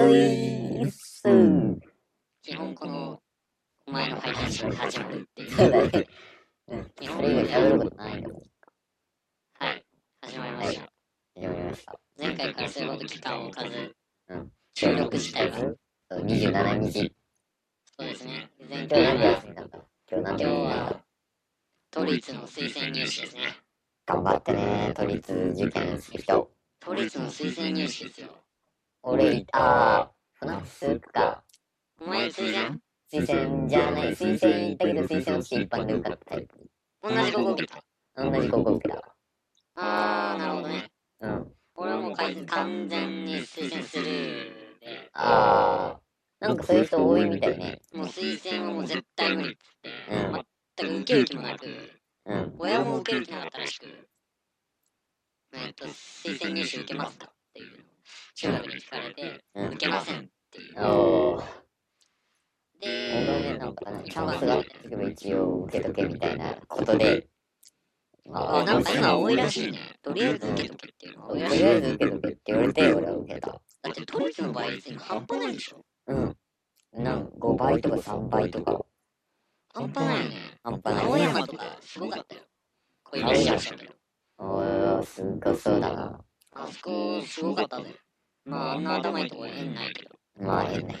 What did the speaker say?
インスうん。基本この、お前の配達が始まるっていう。そうだね。うん。日そ本語れ以外で喋喋るるここととなないいのので、はい。始まりました。読みました。前回からそういうこと期間を置かず、収収録録ししたたいいのの27日。そうですね。前今日回何は休、みなんだ今日今日何休みなんだは、都立の推薦入試ですね。頑張ってね、都立受験する人。都立の推薦入試ですよ。俺、あー、船津か。お前推薦推薦じゃない、推薦行ったけど推薦落ちて一般で受かったタイプ。同じ高校受けた。同じ高校受けた。あー、なるほどね。うん。俺はもう完完全に推薦するで、あー、なんかそういう人多いみたいね。もう推薦はもう絶対無理っつってうん、全く受ける気もなく、うん。親も受ける気なかったらしく、えっと、推薦入試受けますかっていうのを中学に聞かれて、うん受けませんっていう。おー、俺はね、で、なんかね、チャンスがあっても一応受けとけみたいなことで。あ、なんか今多いらしいね。ね。とりあえず受けとけっていうのがと多いりらあしい。だえず受けとけって言われて、俺は受けた。って都立の倍率今半端ないでしょうん。なん5倍とか3倍とか、半端ないよね。半端青ないね。山とかすごかったよ。こういう話をしたけど。おー、すっごそうだな。あそこすごかったぜ。まあ、あんな頭いいとこ縁ないけど。まあ、変な。